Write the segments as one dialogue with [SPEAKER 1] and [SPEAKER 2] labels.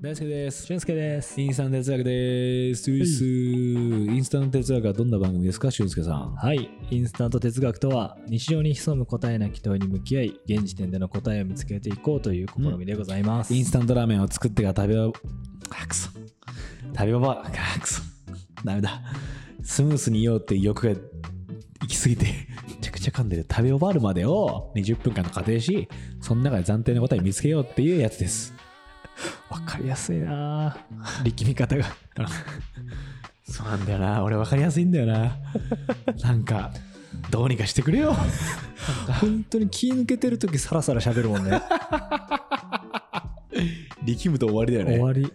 [SPEAKER 1] 大輔です。
[SPEAKER 2] 俊介です。
[SPEAKER 1] インスタント哲学です。トゥイスインスタント哲学はどんな番組ですか、俊介さん。
[SPEAKER 2] はい、インスタント哲学とは日常に潜む答えなき問いに向き合い現時点での答えを見つけていこうという試みでございます、
[SPEAKER 1] インスタントラーメンを作ってから食べば、あくそ。食べばば、あくそ。ダメだ。スムースに言おうっていう欲が行き過ぎて、 めちゃくちゃ噛んでる。食べ終わるまでを20分間の仮定し、その中で暫定の答えを見つけようっていうやつです。
[SPEAKER 2] わかりやすいなぁ力み 方が
[SPEAKER 1] そうなんだよな。俺分かりやすいんだよ な。なんか、どうにかしてくれよ。
[SPEAKER 2] 本当に気抜けてる時サラサラ喋るもんね
[SPEAKER 1] 力むと終わりだよね。
[SPEAKER 2] 終わり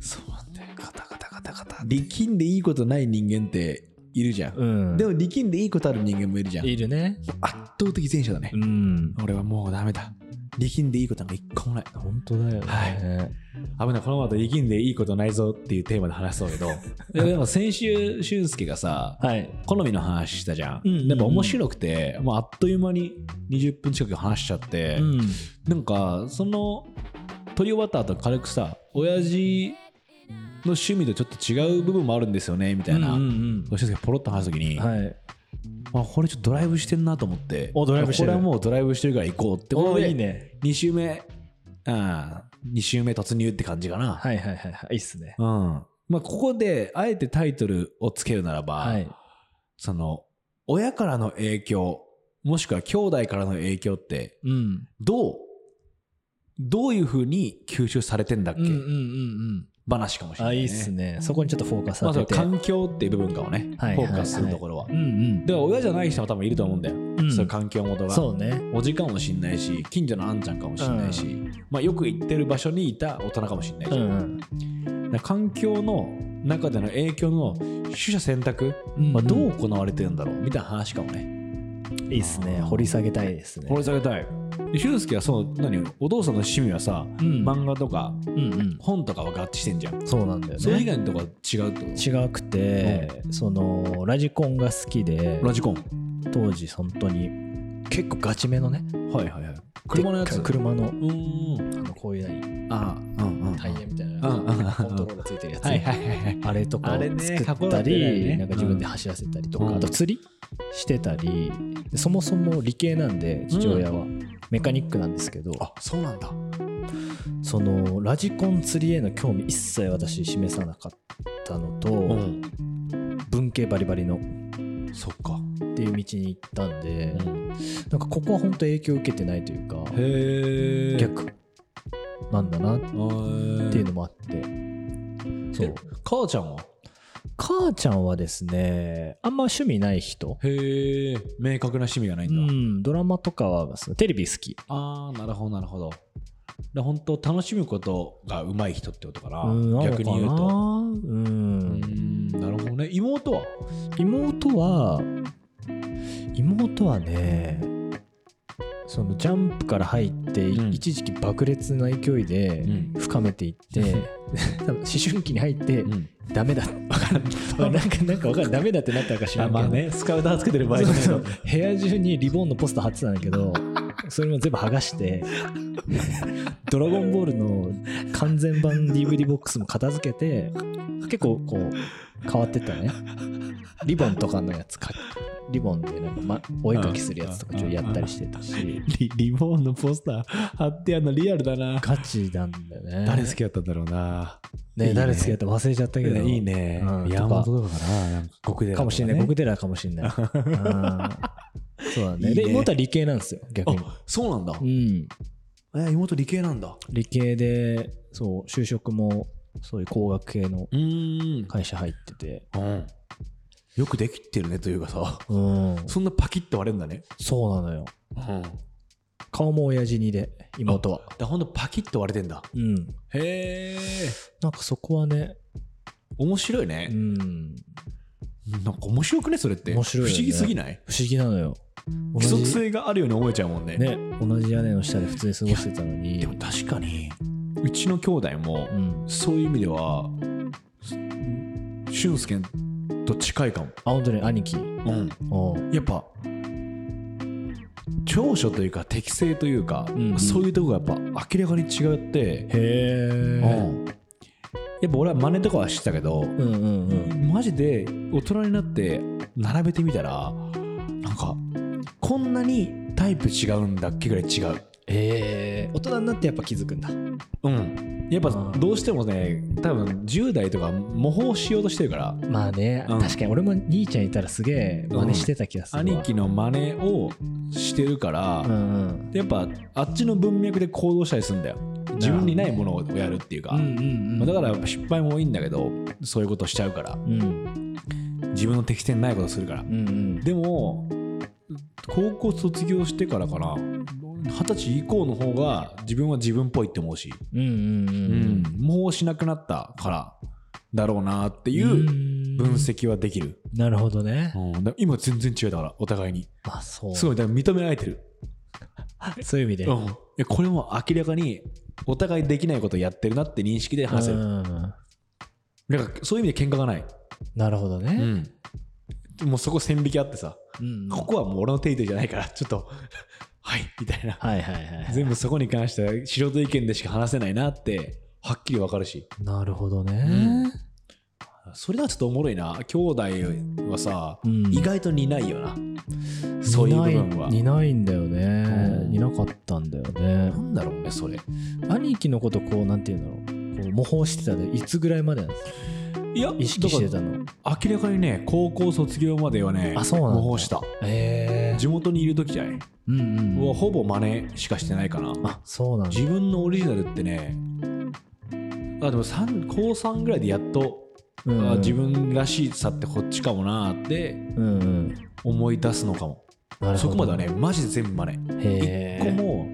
[SPEAKER 1] そうなんだよ。カタカタカタカタ。力んでいいことない人間っているじゃん。
[SPEAKER 2] うん
[SPEAKER 1] でも力んでいいことある人間もいるじゃん。
[SPEAKER 2] いるね
[SPEAKER 1] 圧倒的前者だね
[SPEAKER 2] う。ん
[SPEAKER 1] 俺はもうダメだ。力んでいいことなんか一個もない。
[SPEAKER 2] 本当だよね、
[SPEAKER 1] は危ない、このままだと力んでいいことないぞっていうテーマで話そうけ ど。ででも先週、俊介がさ、
[SPEAKER 2] はい、
[SPEAKER 1] 好みの話したじゃん。
[SPEAKER 2] うんうんうん
[SPEAKER 1] でも面白くて、もうあっという間に20分近く話しちゃって、
[SPEAKER 2] うん、
[SPEAKER 1] なんかその撮り終わった後軽くさ親父の趣味とちょっと違う部分もあるんですよねみたいな、
[SPEAKER 2] うん
[SPEAKER 1] そしてポロッと話す時に、
[SPEAKER 2] うんはい
[SPEAKER 1] あこれちょっとドライブしてんなと思って
[SPEAKER 2] おドライブしてる
[SPEAKER 1] これはもうドライブしてるから行こうってこ
[SPEAKER 2] お
[SPEAKER 1] と
[SPEAKER 2] ー
[SPEAKER 1] で
[SPEAKER 2] いいね
[SPEAKER 1] 2週目あ2週目突入って感じかな、
[SPEAKER 2] はいはいはいはいいいっすね
[SPEAKER 1] うんまあ、ここであえてタイトルをつけるならば、
[SPEAKER 2] はい
[SPEAKER 1] その親からの影響もしくは兄弟からの影響って
[SPEAKER 2] うん
[SPEAKER 1] どうどういうふうに吸収されてんだっけ、
[SPEAKER 2] うんうんうん
[SPEAKER 1] 話かもし
[SPEAKER 2] うん
[SPEAKER 1] れな
[SPEAKER 2] あ
[SPEAKER 1] い、ね、
[SPEAKER 2] いいっすねそこにちょっとフォーカス
[SPEAKER 1] ま
[SPEAKER 2] 当
[SPEAKER 1] ず
[SPEAKER 2] て
[SPEAKER 1] は
[SPEAKER 2] て、
[SPEAKER 1] 環境っていう部分かもね、
[SPEAKER 2] はい
[SPEAKER 1] フォーカスするところは、
[SPEAKER 2] うんうん
[SPEAKER 1] でも親じゃない人も多分いると思うんだよ、
[SPEAKER 2] うん
[SPEAKER 1] そういう環境元が
[SPEAKER 2] そうね
[SPEAKER 1] おじかもしんないし近所のあんちゃんかもしんないし、
[SPEAKER 2] う
[SPEAKER 1] まあ、よく行ってる場所にいた大人かもしんないし、
[SPEAKER 2] うん
[SPEAKER 1] だから環境の中での影響の取捨選択、
[SPEAKER 2] うん
[SPEAKER 1] まあ、どう行われてるんだろうみたいな話かもね
[SPEAKER 2] いいっすね掘り下げたいですね
[SPEAKER 1] 掘り下げたいで俊介はその何お父さんの趣味はさ、
[SPEAKER 2] うん
[SPEAKER 1] 漫画とか
[SPEAKER 2] うんうん
[SPEAKER 1] 本とかは合致してんじゃん
[SPEAKER 2] そうなんだよね
[SPEAKER 1] それ以外のとこは違うってこと
[SPEAKER 2] 違くて、そのラジコンが好きで
[SPEAKER 1] ラジコン
[SPEAKER 2] 当時本当に結構ガチめのね
[SPEAKER 1] はいはいはい車のや
[SPEAKER 2] で
[SPEAKER 1] つ
[SPEAKER 2] っかい車の
[SPEAKER 1] うーん
[SPEAKER 2] あのこういう何
[SPEAKER 1] ああうんうん
[SPEAKER 2] タイヤみたい
[SPEAKER 1] うんうんうん
[SPEAKER 2] なコントロールついてるやつ、
[SPEAKER 1] はいはいはいはい
[SPEAKER 2] あれとか
[SPEAKER 1] あれ
[SPEAKER 2] を
[SPEAKER 1] ね
[SPEAKER 2] 作
[SPEAKER 1] かっこ
[SPEAKER 2] っ
[SPEAKER 1] よか
[SPEAKER 2] た
[SPEAKER 1] ったよ
[SPEAKER 2] り、
[SPEAKER 1] ね
[SPEAKER 2] なんか自分で走らせたりとか、
[SPEAKER 1] うん
[SPEAKER 2] あと釣りしてたりでそもそも理系なんで父親は、メカニックなんですけど
[SPEAKER 1] あそうなんだ
[SPEAKER 2] そのラジコン釣りへの興味一切私示さなかったのと、
[SPEAKER 1] うん
[SPEAKER 2] 文系バリバリの
[SPEAKER 1] そっか
[SPEAKER 2] っていう道に行ったんで、
[SPEAKER 1] うん
[SPEAKER 2] なんかここは本当影響を受けてないというか
[SPEAKER 1] へえ
[SPEAKER 2] 逆なんだなっ
[SPEAKER 1] って
[SPEAKER 2] いうのもあって、そう
[SPEAKER 1] 母ちゃんは
[SPEAKER 2] 母ちゃんはですねあんま趣味ない人、
[SPEAKER 1] へえ明確な趣味がないん
[SPEAKER 2] う
[SPEAKER 1] だ、
[SPEAKER 2] ん、ドラマとかはそのテレビ好き
[SPEAKER 1] ああなるほどなるほどで本当楽しむことがうまい人ってことかな、
[SPEAKER 2] うんなのかな
[SPEAKER 1] 逆に言うと
[SPEAKER 2] う
[SPEAKER 1] うー
[SPEAKER 2] ん、
[SPEAKER 1] んなるほどね妹は
[SPEAKER 2] 妹は妹はねそのジャンプから入って、
[SPEAKER 1] うん
[SPEAKER 2] 一時期爆裂な勢いで
[SPEAKER 1] ん
[SPEAKER 2] 深めていって、 多分思春期に入って、
[SPEAKER 1] ん
[SPEAKER 2] ダメだわかん ないなんかなんかわかんないダメだってなったのか知らん
[SPEAKER 1] あ
[SPEAKER 2] けど、
[SPEAKER 1] まあねスカウターつけてる場合じ
[SPEAKER 2] そ
[SPEAKER 1] ゃ
[SPEAKER 2] う
[SPEAKER 1] ない
[SPEAKER 2] そう部屋中にリボンのポスター貼ってたんだけ どそれも全部剥がして「ドラゴンボール」の完全版 DVD ボックスも片付けて結構こう変わってったねリボンとかのやつかリボンでなんか、ま、お絵かきするやつとかちょっとやったりしてたし
[SPEAKER 1] リリボンのポスター貼ってあるのリアルだな。
[SPEAKER 2] ガチなんだよね
[SPEAKER 1] 誰好きだったんだろうな。いい
[SPEAKER 2] ね
[SPEAKER 1] ね
[SPEAKER 2] 誰好きだったか忘れちゃったけど
[SPEAKER 1] いいね。
[SPEAKER 2] うん
[SPEAKER 1] 山本とかかな。なんか極で、
[SPEAKER 2] かもしれない
[SPEAKER 1] 僕
[SPEAKER 2] 僕寺かもしれ ないうんそうだね
[SPEAKER 1] いいね
[SPEAKER 2] で妹は理系なんですよ逆に
[SPEAKER 1] あそうなんだ
[SPEAKER 2] う。ん
[SPEAKER 1] え妹理系なんだ。
[SPEAKER 2] 理系でそう就職もそういう工学系の
[SPEAKER 1] うーん。
[SPEAKER 2] 会社入ってて
[SPEAKER 1] うん。よくできてるねというかさ。
[SPEAKER 2] うん
[SPEAKER 1] そんなパキッと割れるんだね。
[SPEAKER 2] そうなのよ
[SPEAKER 1] うん。だか
[SPEAKER 2] 顔も親父にで妹は
[SPEAKER 1] らほんとパキッと割れてんだ。
[SPEAKER 2] うん
[SPEAKER 1] へえ。
[SPEAKER 2] なんかそこはね
[SPEAKER 1] 面白いうね。
[SPEAKER 2] ん
[SPEAKER 1] なんか面白くねそれって。
[SPEAKER 2] 面白いよね
[SPEAKER 1] 不思議すぎない
[SPEAKER 2] 不思議なのよ同
[SPEAKER 1] 規
[SPEAKER 2] じ
[SPEAKER 1] 則性があるように思えちゃうもんね。
[SPEAKER 2] ね同じ屋根の下で普通に過ごしてたのに
[SPEAKER 1] でも確かに、うちの兄弟も、
[SPEAKER 2] うん
[SPEAKER 1] そういう意味では、俊介と近いかも。
[SPEAKER 2] あ本当に兄貴
[SPEAKER 1] うん。
[SPEAKER 2] おう
[SPEAKER 1] やっぱ、長所というか適性というか、
[SPEAKER 2] うんうん
[SPEAKER 1] そういうとこがやっぱ明らかに違って、
[SPEAKER 2] へえ
[SPEAKER 1] うんやっぱ俺は真似とかはしてたけど、
[SPEAKER 2] うんうんうん
[SPEAKER 1] マジで大人になって並べてみたらなんかこんなにタイプ違うんだっけぐらい違う
[SPEAKER 2] え大人になってやっぱ気づくんだ
[SPEAKER 1] うんやっぱ
[SPEAKER 2] うん
[SPEAKER 1] どうしてもね多分10代とか模倣しようとしてるから
[SPEAKER 2] まあね、
[SPEAKER 1] うん
[SPEAKER 2] 確かに俺も兄ちゃんいたらすげえ真似してた気がするわ、
[SPEAKER 1] 兄貴の真似をしてるから、
[SPEAKER 2] うんうん
[SPEAKER 1] やっぱあっちの文脈で行動したりするんだよ自分にないものをやるっていうか、
[SPEAKER 2] うんうんう
[SPEAKER 1] まあ
[SPEAKER 2] ん
[SPEAKER 1] だからやっぱ失敗も多いんだけどそういうことしちゃうから
[SPEAKER 2] うん
[SPEAKER 1] 自分の適性にないことするから
[SPEAKER 2] うんうん
[SPEAKER 1] でも高校卒業してからかな二十歳以降の方が自分は自分っぽいって思うし、
[SPEAKER 2] うんうんうん
[SPEAKER 1] もうしなくなったからだろうなって
[SPEAKER 2] うん
[SPEAKER 1] いう分
[SPEAKER 2] うん
[SPEAKER 1] 析はできる、
[SPEAKER 2] なるほどね
[SPEAKER 1] うんだから今全然違うだからお互いに
[SPEAKER 2] あそう
[SPEAKER 1] すごいだから認められてる、
[SPEAKER 2] そういう意味で
[SPEAKER 1] うんいやこれも明らかにお互いできないことをやってるなって認識で話せ
[SPEAKER 2] う
[SPEAKER 1] る、
[SPEAKER 2] ん
[SPEAKER 1] だからそういう意味で喧嘩がない、
[SPEAKER 2] なるほどね、
[SPEAKER 1] もうそこ線引きあってさ
[SPEAKER 2] うん
[SPEAKER 1] ここはもう俺のテイトじゃないからちょっと はいみたいな
[SPEAKER 2] はいはいはい
[SPEAKER 1] 全部そこに関しては素人意見でしか話せないなってはっきり分かるし
[SPEAKER 2] なるほど
[SPEAKER 1] うん
[SPEAKER 2] ね、
[SPEAKER 1] それはちょっとおもろいな兄弟はさ、
[SPEAKER 2] うん
[SPEAKER 1] 意外と似ないよなそういう部分は
[SPEAKER 2] 似ない似ないんだよね、
[SPEAKER 1] うん
[SPEAKER 2] 似なかったんだよね
[SPEAKER 1] なんだろうねそれ
[SPEAKER 2] 兄貴のことこうなんて言うんだろうこう模倣してたでいつぐらいまでなんですか
[SPEAKER 1] いや
[SPEAKER 2] 意識して
[SPEAKER 1] だか
[SPEAKER 2] たの
[SPEAKER 1] ら明らかにね高校卒業まではね
[SPEAKER 2] あそうなんだ
[SPEAKER 1] 模倣した
[SPEAKER 2] ええ
[SPEAKER 1] 地元にいる時じゃない、
[SPEAKER 2] うんうんうん
[SPEAKER 1] はほぼ真似しかしてないかな
[SPEAKER 2] あそうなんだ
[SPEAKER 1] 自分のオリジナルってねあでも三高3ぐらいでやっと、
[SPEAKER 2] うんうん
[SPEAKER 1] あ自分らしさってこっちかもなーって
[SPEAKER 2] うんうんなる
[SPEAKER 1] 思い出すのかも
[SPEAKER 2] ほど
[SPEAKER 1] そこまではねマジで全部真似
[SPEAKER 2] へ
[SPEAKER 1] 一個も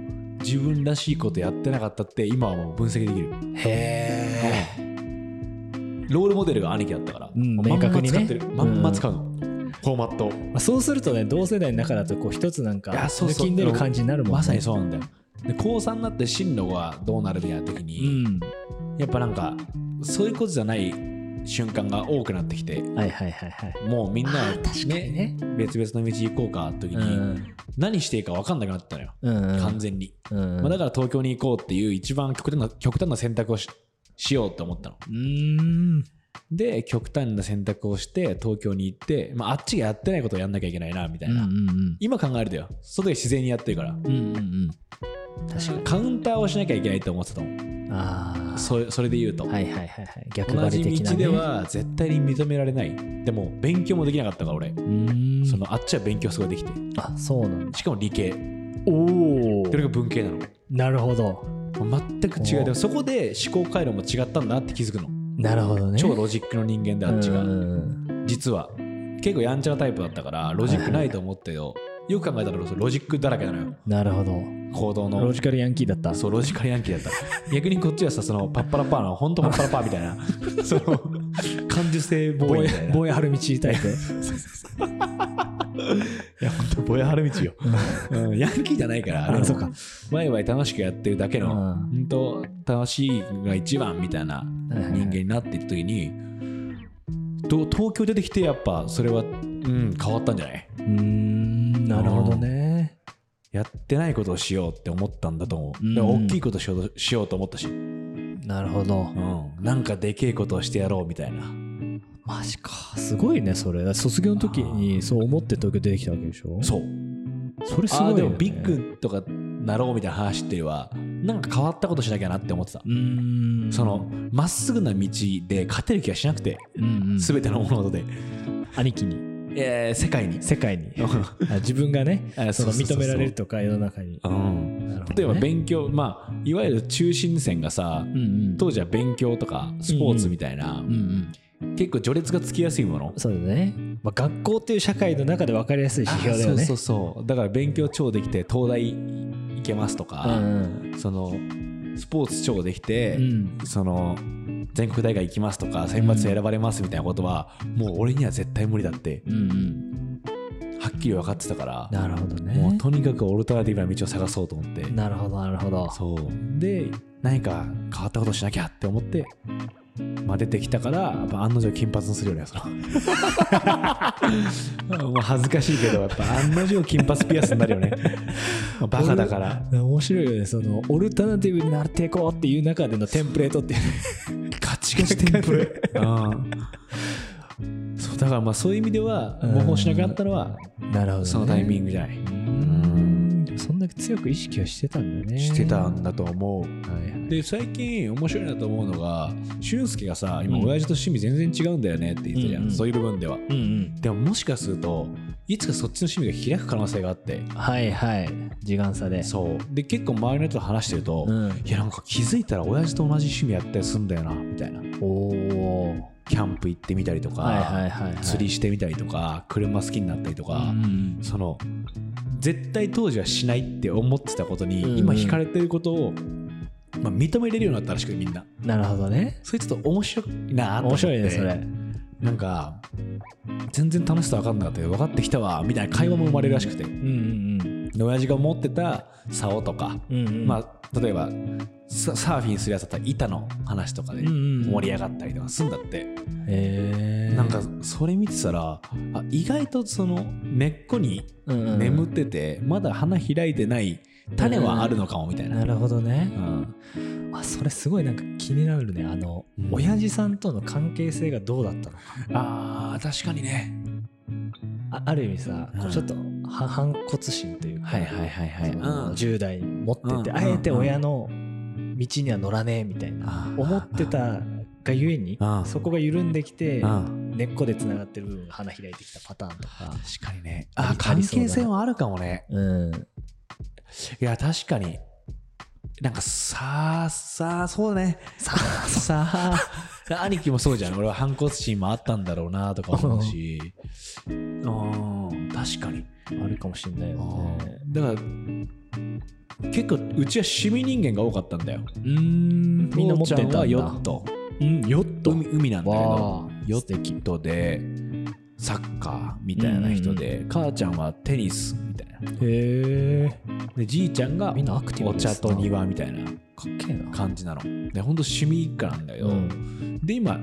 [SPEAKER 1] 自分らしいことやってなかったって今はもう分析できる
[SPEAKER 2] えへ
[SPEAKER 1] ロールモデルが兄貴だったから、
[SPEAKER 2] うん
[SPEAKER 1] まん
[SPEAKER 2] 明
[SPEAKER 1] ま
[SPEAKER 2] 確にね
[SPEAKER 1] 使ってるまんま使うの、フォーマットを
[SPEAKER 2] えそうするとね同世代の中だとこう一つなんか
[SPEAKER 1] いやそう
[SPEAKER 2] 抜
[SPEAKER 1] そう
[SPEAKER 2] きんでる感じになるもんね
[SPEAKER 1] まさにそうなんだよで高3になって進路はどうなるみたいな時
[SPEAKER 2] う
[SPEAKER 1] に、
[SPEAKER 2] ん
[SPEAKER 1] やっぱなんかそういうことじゃない瞬間が多くなってきて
[SPEAKER 2] はいはいはいはい
[SPEAKER 1] もうみんな
[SPEAKER 2] あー確かにね
[SPEAKER 1] 別々の道行こうかって時
[SPEAKER 2] う
[SPEAKER 1] に、
[SPEAKER 2] ん
[SPEAKER 1] 何していいか分かんなくなったのよ、
[SPEAKER 2] うんうん
[SPEAKER 1] 完全に、
[SPEAKER 2] うん
[SPEAKER 1] まあ、だから東京に行こうっていう一番極端な極端な選択をししようと思ったの
[SPEAKER 2] うーん
[SPEAKER 1] で極端な選択をして東京に行って、まあ、あっちがやってないことをやんなきゃいけないなみたいな、
[SPEAKER 2] うんうん
[SPEAKER 1] 今考えるとよ外で自然にやってるから
[SPEAKER 2] うんうんうんうん確かに
[SPEAKER 1] カウンターをしなきゃいけないと思ってたもん
[SPEAKER 2] ああ
[SPEAKER 1] それそれで言うと、
[SPEAKER 2] はいはいはいはい逆張
[SPEAKER 1] 同じ
[SPEAKER 2] り的な、
[SPEAKER 1] 道
[SPEAKER 2] ね、
[SPEAKER 1] では絶対に認められないでも勉強もできなかったから俺、
[SPEAKER 2] うーん
[SPEAKER 1] そのあっちは勉強すごいできて
[SPEAKER 2] あそうなんだ
[SPEAKER 1] しかも理系
[SPEAKER 2] おお
[SPEAKER 1] それが文系なの
[SPEAKER 2] なるほど
[SPEAKER 1] もう全く違う
[SPEAKER 2] お
[SPEAKER 1] でもそこで思考回路も違ったんだって気づくの、
[SPEAKER 2] なるほどね
[SPEAKER 1] 超ロジックの人間であっちが
[SPEAKER 2] うん
[SPEAKER 1] 実は結構やんちゃなタイプだったからロジックないと思ってよよく考えたらロジックだらけなのよ
[SPEAKER 2] なるほど
[SPEAKER 1] 行動
[SPEAKER 2] ロ
[SPEAKER 1] の
[SPEAKER 2] ジカルヤンキーだった
[SPEAKER 1] そうロジカルヤンキーだった逆にこっちはさそのパッパラパーの本当パッパラパーみたいなその感受性ボ
[SPEAKER 2] ボー
[SPEAKER 1] ーイみたい
[SPEAKER 2] イ
[SPEAKER 1] な
[SPEAKER 2] ボーイ春道タイプ
[SPEAKER 1] いや本当ボヤ春道よ、うん、ヤンキーじゃないから
[SPEAKER 2] あ
[SPEAKER 1] の
[SPEAKER 2] そうか
[SPEAKER 1] ワイワイ楽しくやってるだけの、
[SPEAKER 2] うん
[SPEAKER 1] 本当楽しいが一番みたいな人間になっていった時に、ど東京出てきてやっぱそれは、うん、変わったんじゃないう
[SPEAKER 2] ーんなるほどね
[SPEAKER 1] やってないことをしようって思ったんだと思う、
[SPEAKER 2] うん
[SPEAKER 1] だから大きいことしようとしようと思ったし、う
[SPEAKER 2] なるほど
[SPEAKER 1] ん、なんかでけえことをしてやろうみたいな
[SPEAKER 2] マジかすごいねそれ卒業の時にそう思って東京出てきたわけでしょ
[SPEAKER 1] そう
[SPEAKER 2] それすごい
[SPEAKER 1] ああ
[SPEAKER 2] よ、ね、
[SPEAKER 1] でもビッグとかなろうみたいな話っていうよりはなんか変わったことしなきゃなって思ってた
[SPEAKER 2] うーん
[SPEAKER 1] そのまっすぐな道で勝てる気がしなくて、
[SPEAKER 2] うんうん
[SPEAKER 1] 全ての物事で、
[SPEAKER 2] 兄貴に
[SPEAKER 1] えー世界に。
[SPEAKER 2] 世 界にあ自分がね
[SPEAKER 1] あ
[SPEAKER 2] そ
[SPEAKER 1] そうそ
[SPEAKER 2] の
[SPEAKER 1] うそうそう
[SPEAKER 2] 認められるとか世の中に
[SPEAKER 1] うん
[SPEAKER 2] なるほどね
[SPEAKER 1] 例えば勉強、まあいわゆる中心線がさ、
[SPEAKER 2] うんうん
[SPEAKER 1] 当時は勉強とかスポーツみたいな、
[SPEAKER 2] うんうん
[SPEAKER 1] 結構序列がつきやすいもの
[SPEAKER 2] そうだね、まあ、学校っていう社会の中で分かりやすい指標だよ
[SPEAKER 1] あ
[SPEAKER 2] ね
[SPEAKER 1] そうそうそうだから勉強超できて東大行けますとか、
[SPEAKER 2] うん
[SPEAKER 1] そのスポーツ超できて、
[SPEAKER 2] うん
[SPEAKER 1] その全国大会行きますとか選抜選ばれますみたいなことは、もう俺には絶対無理だって
[SPEAKER 2] うんうん
[SPEAKER 1] はっきり分かってたから
[SPEAKER 2] なるほどね
[SPEAKER 1] もうとにかくオルタナティブな道を探そうと思って
[SPEAKER 2] なるほどなるほど
[SPEAKER 1] そうで何か変わったことしなきゃって思ってまあ、出てきたからやっぱ案の 定金髪にするよねそのもう恥ずかしいけどやっぱ案の定金髪ピアスになるよねバカだから
[SPEAKER 2] 面白いよねそのオルタナティブになっていこうっていう中でのテンプレートっていう
[SPEAKER 1] ガチガチテンプレうんそうだからまあそういう意味では模倣しなくなったのは
[SPEAKER 2] なるほど、
[SPEAKER 1] そのタイミングじゃない、
[SPEAKER 2] うんでもそんだけ強く意識をしてたんだね
[SPEAKER 1] してたんだと思う
[SPEAKER 2] はいはい
[SPEAKER 1] で最近面白いなと思うのが俊介がさ今
[SPEAKER 2] うん
[SPEAKER 1] 親父と趣味全然違うんだよねって言ってたじゃん、
[SPEAKER 2] うんうん
[SPEAKER 1] そういう部分では
[SPEAKER 2] うんうん
[SPEAKER 1] でももしかするといつかそっちの趣味が開く可能性があって
[SPEAKER 2] はいはい時間差で
[SPEAKER 1] そうで結構周りの人と話してると、
[SPEAKER 2] うん
[SPEAKER 1] いやなんか気づいたら親父と同じ趣味やったりすんだよなみたいな
[SPEAKER 2] おお
[SPEAKER 1] キャンプ行ってみたりとか、
[SPEAKER 2] はいはいはい、はい、
[SPEAKER 1] 釣りしてみたりとか車好きになったりとか、
[SPEAKER 2] うん
[SPEAKER 1] その絶対当時はしないって思ってたことに、
[SPEAKER 2] うんうん
[SPEAKER 1] 今惹かれてることを、まあ、認めれるようになったらしくてみんな
[SPEAKER 2] なるほどね
[SPEAKER 1] それちょっと面白いなと思
[SPEAKER 2] 面
[SPEAKER 1] って
[SPEAKER 2] 白いねそれ
[SPEAKER 1] なんか全然楽しさ分かんなかったけど分かってきたわみたいな会話も生まれるらしくて、
[SPEAKER 2] うんうん
[SPEAKER 1] で親父が持ってた竿とか、
[SPEAKER 2] うんうんあ
[SPEAKER 1] まあ、例えばササーフィンするやつだったら板の話とかで
[SPEAKER 2] うんうんうん
[SPEAKER 1] 盛り上がったりとかするんだって、
[SPEAKER 2] へえ
[SPEAKER 1] なんかそれ見てたらあ意外とその根っこに眠ってて、まだ花開いてない種はあるのかもみたいな。
[SPEAKER 2] なるほどね
[SPEAKER 1] う、ん
[SPEAKER 2] あそれすごいなんか気になるねあの、
[SPEAKER 1] うん
[SPEAKER 2] 親父さんとの関係性がどうだったのか
[SPEAKER 1] あー確かにね。
[SPEAKER 2] あある意味さ、こう
[SPEAKER 1] うん
[SPEAKER 2] ちょっとは反骨心というか、
[SPEAKER 1] はいは
[SPEAKER 2] その
[SPEAKER 1] うん
[SPEAKER 2] 10代持ってて、
[SPEAKER 1] うん
[SPEAKER 2] あえて親の道には乗らねえみたいな、
[SPEAKER 1] あー
[SPEAKER 2] 思ってたがゆえに、
[SPEAKER 1] うん
[SPEAKER 2] そこが緩んできて、
[SPEAKER 1] うん
[SPEAKER 2] 根っこでつながってる部分が花開いてきたパターンとか、
[SPEAKER 1] 確かにね。
[SPEAKER 2] あ
[SPEAKER 1] あ
[SPEAKER 2] り
[SPEAKER 1] 関係性もあるかもね。
[SPEAKER 2] うん、
[SPEAKER 1] いや確かに。なんかさあさあそうだね。
[SPEAKER 2] さあ
[SPEAKER 1] さあ兄貴もそうじゃん俺は反骨心もあったんだろうなとか思うしうん確かに
[SPEAKER 2] あるかもしんないよね
[SPEAKER 1] だから結構うちは趣味人間が多かったんだよ
[SPEAKER 2] うんみんな持ってたん
[SPEAKER 1] 父ちゃん
[SPEAKER 2] だ
[SPEAKER 1] はヨット
[SPEAKER 2] うんヨット
[SPEAKER 1] 海海なんだけど
[SPEAKER 2] わあ
[SPEAKER 1] ヨットでサッカーみたいな人で、母ちゃんはテニスみたいな
[SPEAKER 2] へえ
[SPEAKER 1] でじいちゃんが
[SPEAKER 2] みんなアクティ
[SPEAKER 1] お
[SPEAKER 2] ブですな
[SPEAKER 1] 茶と庭みたいな
[SPEAKER 2] かっけえな
[SPEAKER 1] 感じなのでほんと趣味一家なんだよ、
[SPEAKER 2] うん
[SPEAKER 1] で今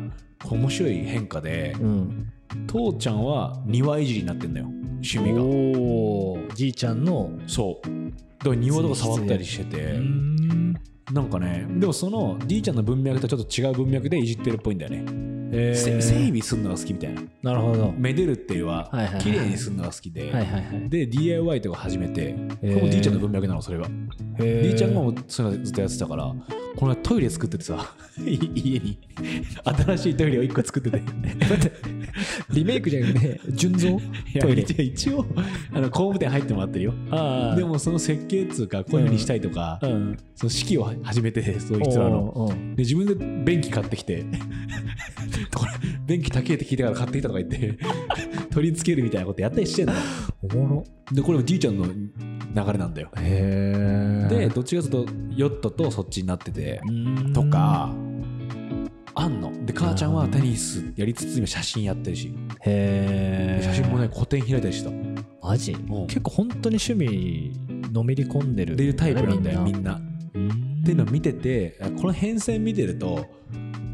[SPEAKER 1] 面白い変化で、
[SPEAKER 2] うん、
[SPEAKER 1] 父ちゃんは庭いじりになってんだよ趣味が
[SPEAKER 2] おおじいちゃんの
[SPEAKER 1] そうだから庭とか触ったりしてて
[SPEAKER 2] うん
[SPEAKER 1] なんかねでもそのじいちゃんの文脈とちょっと違う文脈でいじってるっぽいんだよね、
[SPEAKER 2] え
[SPEAKER 1] せ整備するのが好きみたいな
[SPEAKER 2] なるほど
[SPEAKER 1] めでるっていうのは
[SPEAKER 2] はいはいはい
[SPEAKER 1] 綺麗にするのが好きで、
[SPEAKER 2] はいはいはい
[SPEAKER 1] で DIY とか始めてこ
[SPEAKER 2] へー
[SPEAKER 1] れもじいちゃんの文脈なのそれがじいちゃんがもうそういうのずっとやってたからこの間トイレ作っててさ い家に新しいトイレを1個作っ てて
[SPEAKER 2] リメイクじゃなくて純増
[SPEAKER 1] いや
[SPEAKER 2] トイレ
[SPEAKER 1] 一応一応あの工務店入ってもらってるよ
[SPEAKER 2] あ
[SPEAKER 1] でもその設計っつうかこういうふうにしたいとか、
[SPEAKER 2] うん
[SPEAKER 1] その式を始めてそういう人らの
[SPEAKER 2] おーおー
[SPEAKER 1] で自分で便器買ってきて これ便器高えって聞いたから買ってきたとか言って 取り付けるみたいなことやったりしてんの
[SPEAKER 2] おもろ
[SPEAKER 1] でこれもじいちゃんの流れなんだよ
[SPEAKER 2] へ
[SPEAKER 1] でどっちかというとヨットとそっちになってて
[SPEAKER 2] で
[SPEAKER 1] とかあんので母ちゃんはテニスやりつつ今写真やってるし
[SPEAKER 2] へえ
[SPEAKER 1] 写真もね個展開いたりしてた
[SPEAKER 2] マジ
[SPEAKER 1] ん
[SPEAKER 2] 結構本当に趣味のめり込んでる
[SPEAKER 1] っていうタイプなんだよみんな
[SPEAKER 2] うん
[SPEAKER 1] っていうのを見ててこの変遷見てると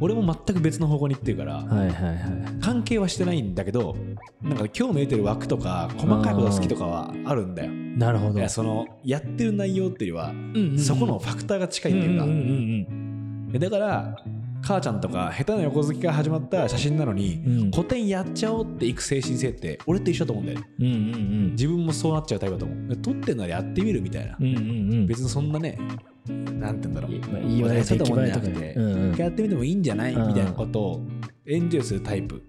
[SPEAKER 1] 俺も全く別の方向に行ってるから、
[SPEAKER 2] はいはいはい
[SPEAKER 1] 関係はしてないんだけどなんか興味得てる枠とか細かいこと好きとかはあるんだよ
[SPEAKER 2] なるほ
[SPEAKER 1] い
[SPEAKER 2] ど
[SPEAKER 1] やそのやってる内容っていうより
[SPEAKER 2] うんうんう
[SPEAKER 1] は
[SPEAKER 2] ん
[SPEAKER 1] そこのファクターが近いっていうか、
[SPEAKER 2] うんうんうん
[SPEAKER 1] だから母ちゃんとか下手な横好きから始まった写真なのに、
[SPEAKER 2] うん
[SPEAKER 1] 古典やっちゃおうっていく精神性って俺って一緒だと思うんだよね
[SPEAKER 2] うんうんうん
[SPEAKER 1] 自分もそうなっちゃうタイプだと思う撮ってんならやってみるみたいな、
[SPEAKER 2] うんうんうん
[SPEAKER 1] 別にそんなねなんて言うんだろう
[SPEAKER 2] いまあいいよ
[SPEAKER 1] 俺
[SPEAKER 2] ね
[SPEAKER 1] やったと思うんだよ
[SPEAKER 2] 出来栄えとかねうんうん
[SPEAKER 1] 一回やってみてもいいんじゃない
[SPEAKER 2] うん
[SPEAKER 1] みたいなことをエンジョイするタイプ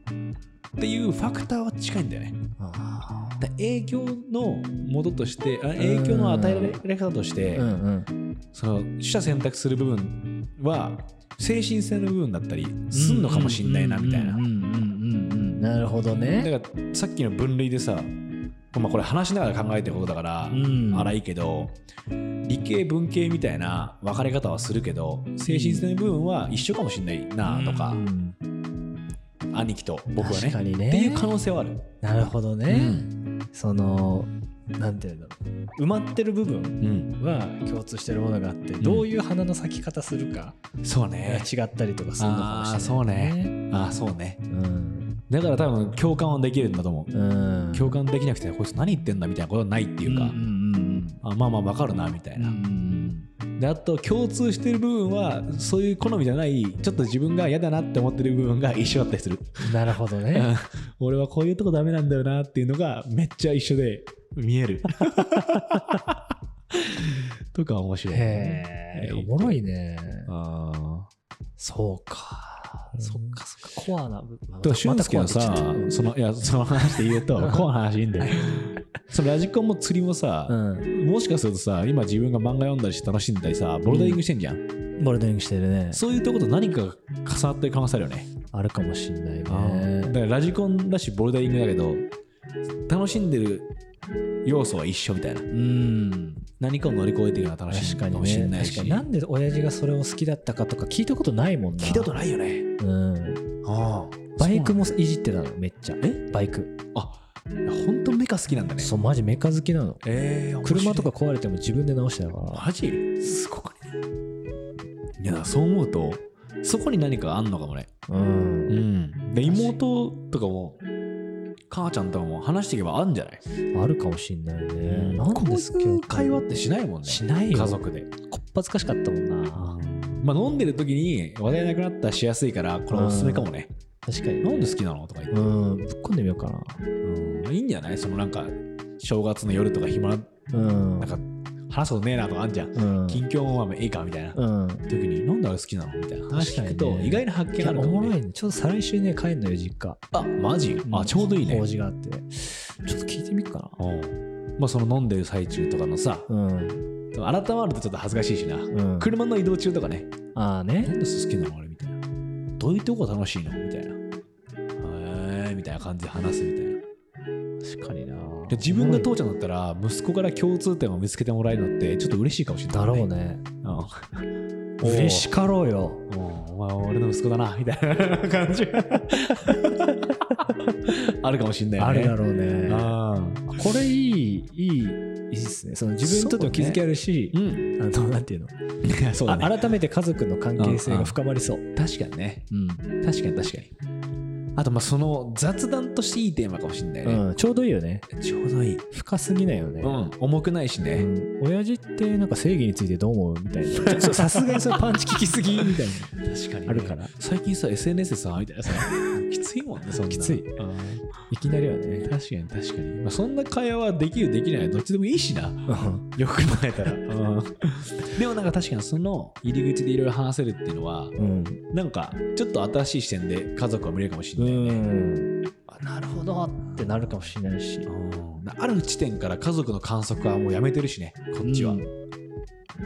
[SPEAKER 1] っていうファクターは近いんだよね。
[SPEAKER 2] あ
[SPEAKER 1] だ影響のもととしてあ影響の与えられ方として、
[SPEAKER 2] ーうんうん
[SPEAKER 1] その取捨選択する部分は精神性の部分だったりすんのかもしんないなみたいな
[SPEAKER 2] うんうんうんうんうんなるほどね。
[SPEAKER 1] だからさっきの分類でさ、まあ、これ話しながら考えてることだから
[SPEAKER 2] うん
[SPEAKER 1] 荒いけど理系文系みたいな分かれ方はするけど精神性の部分は一緒かもしんないなとか、
[SPEAKER 2] うん
[SPEAKER 1] 兄貴と僕はね
[SPEAKER 2] 確かにね
[SPEAKER 1] っていう可能性はある
[SPEAKER 2] なるほどね。そのなんていうんだろう埋まってる部分
[SPEAKER 1] うん
[SPEAKER 2] は共通してるものがあって、どういう花の咲き方するか
[SPEAKER 1] そう
[SPEAKER 2] が
[SPEAKER 1] ね
[SPEAKER 2] 違ったりとかするのかもしれない、ね。
[SPEAKER 1] ああそうね
[SPEAKER 2] そうね。うん。
[SPEAKER 1] だから多分共感はできるんだと思う
[SPEAKER 2] うん。
[SPEAKER 1] 共感できなくてこいつ何言ってんだみたいなことはないっていうか、
[SPEAKER 2] うんうん
[SPEAKER 1] あまあまあわかるなみたい
[SPEAKER 2] うんうん。う
[SPEAKER 1] な、
[SPEAKER 2] ん
[SPEAKER 1] であと共通してる部分はそういう好みじゃないちょっと自分が嫌だなって思ってる部分が一緒だったりする
[SPEAKER 2] うんなるほどね。
[SPEAKER 1] 俺はこういうとこダメなんだよなっていうのがめっちゃ一緒で見える とか面白い
[SPEAKER 2] へえ、おもろいね。
[SPEAKER 1] あー
[SPEAKER 2] そうか。そっかそっか。コアな部分。
[SPEAKER 1] と俊介のさ
[SPEAKER 2] またコアって言っちゃ
[SPEAKER 1] そのいやその話で言うと コアな話いいんだよそのラジコンも釣りもさ、
[SPEAKER 2] ったう
[SPEAKER 1] もしかするとさ今自分が漫画読んだりして楽しんだりさボルダリングしてんじゃん、
[SPEAKER 2] ん。ボルダリングしてるね。
[SPEAKER 1] そういうとこと何かが重なってる可能性あるよね
[SPEAKER 2] あるかもしんない
[SPEAKER 1] だ
[SPEAKER 2] ね。
[SPEAKER 1] からラジコンだしボルダリングだけど楽しんでる要素は一緒みたいな
[SPEAKER 2] うん。
[SPEAKER 1] 何かを乗り越えていくのは楽しい
[SPEAKER 2] 確か
[SPEAKER 1] か
[SPEAKER 2] に
[SPEAKER 1] もしれな
[SPEAKER 2] ね。
[SPEAKER 1] い
[SPEAKER 2] 確
[SPEAKER 1] し、
[SPEAKER 2] かに。なんで親父がそれを好きだったかとか聞いたことないもんな。
[SPEAKER 1] 聞いたことないよね
[SPEAKER 2] うん。
[SPEAKER 1] あ
[SPEAKER 2] バイクもいじってたの、めっちゃ。
[SPEAKER 1] え
[SPEAKER 2] バイク。
[SPEAKER 1] あ本当メカ好きなんだね
[SPEAKER 2] そう、マジメカ好きなの。
[SPEAKER 1] えー、
[SPEAKER 2] 車とか
[SPEAKER 1] 面
[SPEAKER 2] 壊れても自分で直してたか
[SPEAKER 1] 白い
[SPEAKER 2] ら。
[SPEAKER 1] マジすごくねいやだからそう思うとそこに何かあんのかもね
[SPEAKER 2] うん。
[SPEAKER 1] んで妹とかも母ちゃんとかも話していけばあるんじゃない、
[SPEAKER 2] あるかもしんないね。なん
[SPEAKER 1] こう
[SPEAKER 2] ですけど
[SPEAKER 1] いう会話ってしないもんね
[SPEAKER 2] しないよ。
[SPEAKER 1] 家族で
[SPEAKER 2] こっぱずかしかったもんな。
[SPEAKER 1] まあ飲んでる時に話題なくなったらしやすいからこれおすすめかもね、
[SPEAKER 2] 確かに。
[SPEAKER 1] なんで好きなのとか言って、
[SPEAKER 2] うん、ぶっ込んでみようか
[SPEAKER 1] うんいいんじゃないそのなんか正月の夜とか暇な
[SPEAKER 2] な。うん。
[SPEAKER 1] んか話すことねえなとかあんじゃん、
[SPEAKER 2] うん。
[SPEAKER 1] 近況もまあいいかみたいな、
[SPEAKER 2] うん。
[SPEAKER 1] 時になんであれ好きなのみたいな話聞く
[SPEAKER 2] 確
[SPEAKER 1] と
[SPEAKER 2] かにね
[SPEAKER 1] 意外な発
[SPEAKER 2] い
[SPEAKER 1] 見が
[SPEAKER 2] や、
[SPEAKER 1] あ
[SPEAKER 2] お
[SPEAKER 1] るか
[SPEAKER 2] も
[SPEAKER 1] も
[SPEAKER 2] ろ
[SPEAKER 1] ね
[SPEAKER 2] いね。ちょっと再来週ね、帰るのよ、実家。
[SPEAKER 1] あマジあちょうどいいね
[SPEAKER 2] 法事があって。ちょっと聞いてみっか
[SPEAKER 1] うんまあその飲んでる最中とかのさ
[SPEAKER 2] な。うん。
[SPEAKER 1] 改まるとちょっと恥ずかしいしな、
[SPEAKER 2] うん。
[SPEAKER 1] 車の移動中とかね
[SPEAKER 2] ああ
[SPEAKER 1] な
[SPEAKER 2] ね。
[SPEAKER 1] んで好きなのあれみたいな。どういうとこが楽しいのみたいな。へえみたいな感じで話すみたいな。
[SPEAKER 2] 確かにな。
[SPEAKER 1] で自分が父ちゃんだったら、息子から共通点を見つけてもらえるのって、ちょっと嬉しいかもしれな
[SPEAKER 2] だ
[SPEAKER 1] い、
[SPEAKER 2] ろう。ね。
[SPEAKER 1] うん、
[SPEAKER 2] 嬉しかろうよ。
[SPEAKER 1] おーお前は俺の息子だな、みたいな感じ が。あるかもしれないよ
[SPEAKER 2] あ
[SPEAKER 1] ね。
[SPEAKER 2] るだろうね。
[SPEAKER 1] あ
[SPEAKER 2] これいい、いい、いいですね。その自分にとっても気づきあるし
[SPEAKER 1] ーう、ん。
[SPEAKER 2] あの、なんていうの。
[SPEAKER 1] いやそうだ
[SPEAKER 2] あ
[SPEAKER 1] ね。
[SPEAKER 2] 改めて家族の関係性が深まりそう。
[SPEAKER 1] 確かにね。
[SPEAKER 2] うん。
[SPEAKER 1] 確かに確かに。あと、まあその雑談としていいテーマかもしれないね。
[SPEAKER 2] うん。ちょうどいいよね。
[SPEAKER 1] ちょうどいい。
[SPEAKER 2] 深すぎないよね。
[SPEAKER 1] うん、重くないしね。
[SPEAKER 2] うん親父ってなんか正義についてどう思うみた いなちょさすがにそれパンチ効きすぎみたいな
[SPEAKER 1] 確かに、
[SPEAKER 2] あるから
[SPEAKER 1] 最近さ SNS でさみたいなさ きついもんねそんな
[SPEAKER 2] きつい
[SPEAKER 1] うん
[SPEAKER 2] いきなりはね
[SPEAKER 1] 確かに確かに、まあ、そんな会話はできるできないどっちでもいいしなよく考えたら、 でもなんか確かにその入り口でいろいろ話せるっていうのは
[SPEAKER 2] うん
[SPEAKER 1] なんかちょっと新しい視点で家族を見れるかもしれ
[SPEAKER 2] う
[SPEAKER 1] ないね、
[SPEAKER 2] んあなるほどってなるかもしれないし
[SPEAKER 1] うんある地点から家族の観測はもうやめてるしねこっちは、
[SPEAKER 2] うん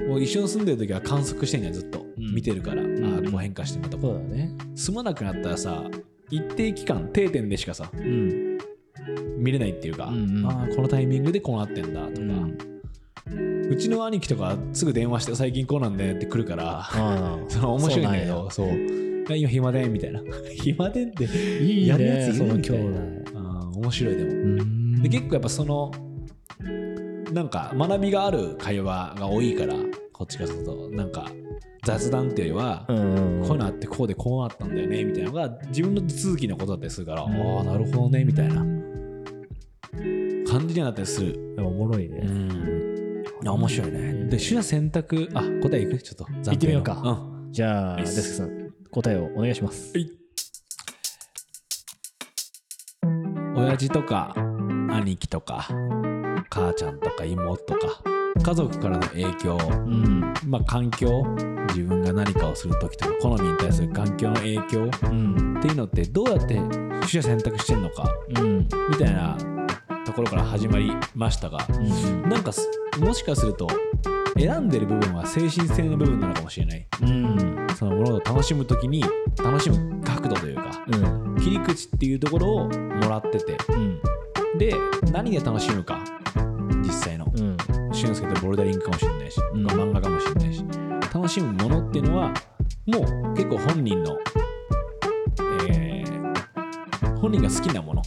[SPEAKER 1] もう一緒に住んでる時は観測してんじゃんずっと、
[SPEAKER 2] ん
[SPEAKER 1] 見てるから、
[SPEAKER 2] ん
[SPEAKER 1] ああこう変化してんだとか
[SPEAKER 2] そうだね
[SPEAKER 1] 住まなくなったらさ一定期間定点でしかさ
[SPEAKER 2] うん
[SPEAKER 1] 見れないっていうか、
[SPEAKER 2] うんうん
[SPEAKER 1] ああこのタイミングでこうなってんだとか、う
[SPEAKER 2] うん
[SPEAKER 1] ちの兄貴とかすぐ電話して最近こうなんだよって来るから
[SPEAKER 2] あ
[SPEAKER 1] その面白いんだけど
[SPEAKER 2] そ
[SPEAKER 1] そうう
[SPEAKER 2] なん
[SPEAKER 1] 今暇でみたいな 暇でって
[SPEAKER 2] い や
[SPEAKER 1] やる
[SPEAKER 2] る
[SPEAKER 1] や
[SPEAKER 2] や
[SPEAKER 1] つ
[SPEAKER 2] つ
[SPEAKER 1] い
[SPEAKER 2] そ
[SPEAKER 1] る
[SPEAKER 2] の
[SPEAKER 1] みた
[SPEAKER 2] 兄
[SPEAKER 1] いな
[SPEAKER 2] 弟
[SPEAKER 1] あー面白いでも
[SPEAKER 2] うん
[SPEAKER 1] で結構やっぱそのなんか学びがある会話が多いからこっちがするとなんか雑談っていうよりは、
[SPEAKER 2] うん
[SPEAKER 1] こういうのあってこうでこうあったんだよねみたいなのが自分の手続きのことだったりするから、
[SPEAKER 2] うん
[SPEAKER 1] ああなるほどねみたいな感じになったりする
[SPEAKER 2] おもろいね
[SPEAKER 1] いや面白いねで手話選択あ答えいくちょっと
[SPEAKER 2] 行ってみようか
[SPEAKER 1] 暫定の
[SPEAKER 2] じゃあ
[SPEAKER 1] ナ
[SPEAKER 2] デ
[SPEAKER 1] イス
[SPEAKER 2] スクさん答えをお願いします
[SPEAKER 1] うん親父とか兄貴とか母ちゃんとか妹とか家族からの影響
[SPEAKER 2] うん
[SPEAKER 1] まあ環境自分が何かをする時とか好みに対する環境の影響っ
[SPEAKER 2] うん
[SPEAKER 1] ていうのってどうやって取捨選択してんのか
[SPEAKER 2] うん
[SPEAKER 1] みたいなところから始まりましたがなんかすもしかすると選んでる部分は精神性の部分なのかもしれない
[SPEAKER 2] うん
[SPEAKER 1] そのものを楽しむ時に楽しむ角度というか
[SPEAKER 2] うん
[SPEAKER 1] 切り口っていうところをもらってて
[SPEAKER 2] うん
[SPEAKER 1] で何で楽しむか実際の
[SPEAKER 2] うん
[SPEAKER 1] 俊介とボルダリングかもしれないし、
[SPEAKER 2] うん
[SPEAKER 1] 漫画かもしれないし楽しむものっていうのはもう結構本人の、えー本人が好きなもの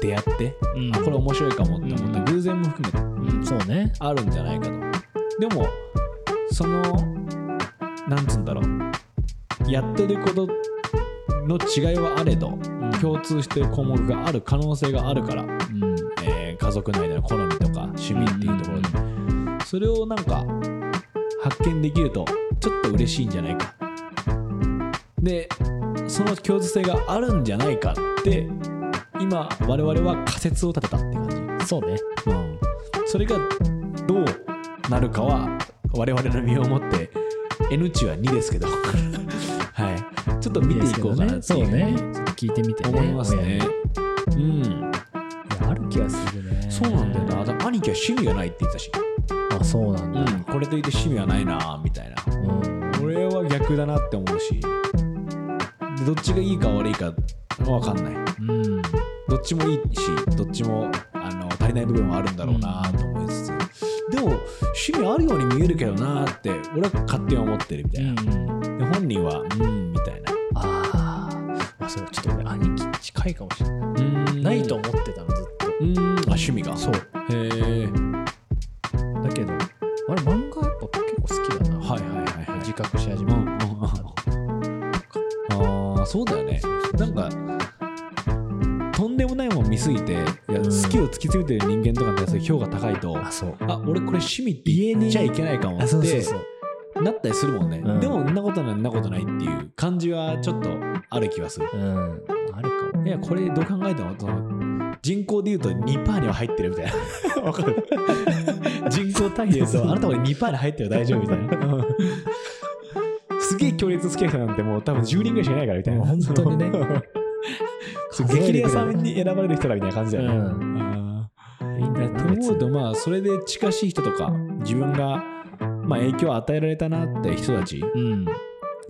[SPEAKER 1] 出会って、
[SPEAKER 2] うん
[SPEAKER 1] あこれ面白いかもって思った偶然も含めて
[SPEAKER 2] うんそうね
[SPEAKER 1] あるんじゃないかとでもそのなんつうんだろうやってることの違いはあれど
[SPEAKER 2] うん
[SPEAKER 1] 共通してる項目がある可能性があるから、
[SPEAKER 2] うん
[SPEAKER 1] えー家族内での好みとか趣味っていうところでそれをなんか発見できるとちょっと嬉しいんじゃないかでその共通性があるんじゃないかって今我々は仮説を立てたって感じ
[SPEAKER 2] そうね
[SPEAKER 1] うん、それがどうなるかは我々の身をもって N 値は2ですけど、 はい、ちょっと見ていこうかなって
[SPEAKER 2] そう
[SPEAKER 1] いうふう
[SPEAKER 2] ね
[SPEAKER 1] に
[SPEAKER 2] ちょっと聞いてみてね
[SPEAKER 1] 思います
[SPEAKER 2] 親に
[SPEAKER 1] ね
[SPEAKER 2] い。
[SPEAKER 1] うん、
[SPEAKER 2] やある気がするね
[SPEAKER 1] そうなんだよな。だから兄貴は趣味がないって言ってたし、
[SPEAKER 2] あそうなんだ
[SPEAKER 1] うん、これといって趣味がないなみたいな。
[SPEAKER 2] うん
[SPEAKER 1] 俺は逆だなって思うし、でどっちがいいか悪いかは分かんない。
[SPEAKER 2] うん
[SPEAKER 1] どっちもいいしどっちもあの足りない部分はあるんだろうなと思いつつ、でも趣味あるように見えるけどなって俺は勝手に思ってるみたいな、
[SPEAKER 2] うん
[SPEAKER 1] で本人はうんみたいな
[SPEAKER 2] あーあそれちょっと俺兄貴近いかもしれない
[SPEAKER 1] うん
[SPEAKER 2] ないと思ってたのずっ
[SPEAKER 1] うんあ趣味が
[SPEAKER 2] とそう
[SPEAKER 1] へえ
[SPEAKER 2] だけどあれ漫画やっぱ結構好きだな
[SPEAKER 1] はいはいはいはい
[SPEAKER 2] 自覚し始
[SPEAKER 1] う
[SPEAKER 2] め
[SPEAKER 1] んう
[SPEAKER 2] た
[SPEAKER 1] んうんああそうだよねなんかとんでもないもん見すぎていや
[SPEAKER 2] うん
[SPEAKER 1] 好きを突き詰めてる人間とかに対する評価高いと、
[SPEAKER 2] あそう
[SPEAKER 1] あ俺これ趣味って言えちゃいけないかもって
[SPEAKER 2] あそうそうそう
[SPEAKER 1] なったりするもんね、
[SPEAKER 2] うん
[SPEAKER 1] でもんなことないんなことないっていう感じはちょっとある気はする
[SPEAKER 2] うんあるかも
[SPEAKER 1] いやこれどう考えてもその人口で言うと2%には入ってるみたいなわかる人口単位で言うとあなたこれ2%に入ってる大丈夫みたいなうんすげえ強烈付き合い人なんてもう多分10人ぐらいしかいないからみたいな
[SPEAKER 2] 本当にね
[SPEAKER 1] そう激レアさんに選ばれる人らみたいな感じだよね、
[SPEAKER 2] うん
[SPEAKER 1] あー
[SPEAKER 2] いいんだよな
[SPEAKER 1] と
[SPEAKER 2] 別
[SPEAKER 1] 思う
[SPEAKER 2] に
[SPEAKER 1] とまあそれで近しい人とか自分がまあ影響を与えられたなって人たち、
[SPEAKER 2] うん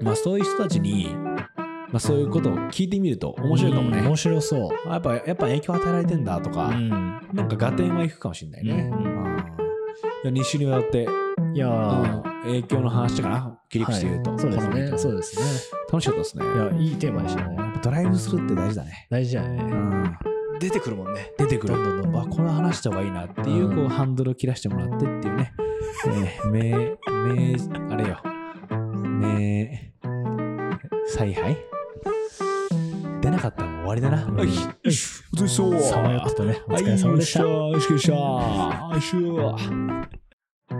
[SPEAKER 1] まあそういう人たちに、まあ、そういうことを聞いてみると面白いかもね、
[SPEAKER 2] うん面白そう
[SPEAKER 1] あやっぱやっぱ影響与えられてんだとか、
[SPEAKER 2] うん
[SPEAKER 1] なんか合点はいくかもしれないね、
[SPEAKER 2] うん
[SPEAKER 1] あーいや2週にわたって、
[SPEAKER 2] いやー
[SPEAKER 1] うん影響の話とかな切り口で言うと、
[SPEAKER 2] はいそうですね
[SPEAKER 1] 好
[SPEAKER 2] そ
[SPEAKER 1] み
[SPEAKER 2] うです
[SPEAKER 1] と楽しかったですね
[SPEAKER 2] ねいやいいテーマでした
[SPEAKER 1] や
[SPEAKER 2] ね
[SPEAKER 1] っぱドライブするって大事だね、
[SPEAKER 2] 大事だよね
[SPEAKER 1] ん、
[SPEAKER 2] 出てくるもんね
[SPEAKER 1] 出てくる
[SPEAKER 2] どんどんどんどん
[SPEAKER 1] あこれは話した方がいいなっていう,、
[SPEAKER 2] うん
[SPEAKER 1] こうハンドルを切らしてもらってっていうね、えー、名名あれよ名采配出なかったらもう終わりだな。
[SPEAKER 2] ん
[SPEAKER 1] よしよしお疲れ様でした
[SPEAKER 2] さまよってたねお疲れ様でした
[SPEAKER 1] はいよっしゃよっしゃよっしゃよっしゃ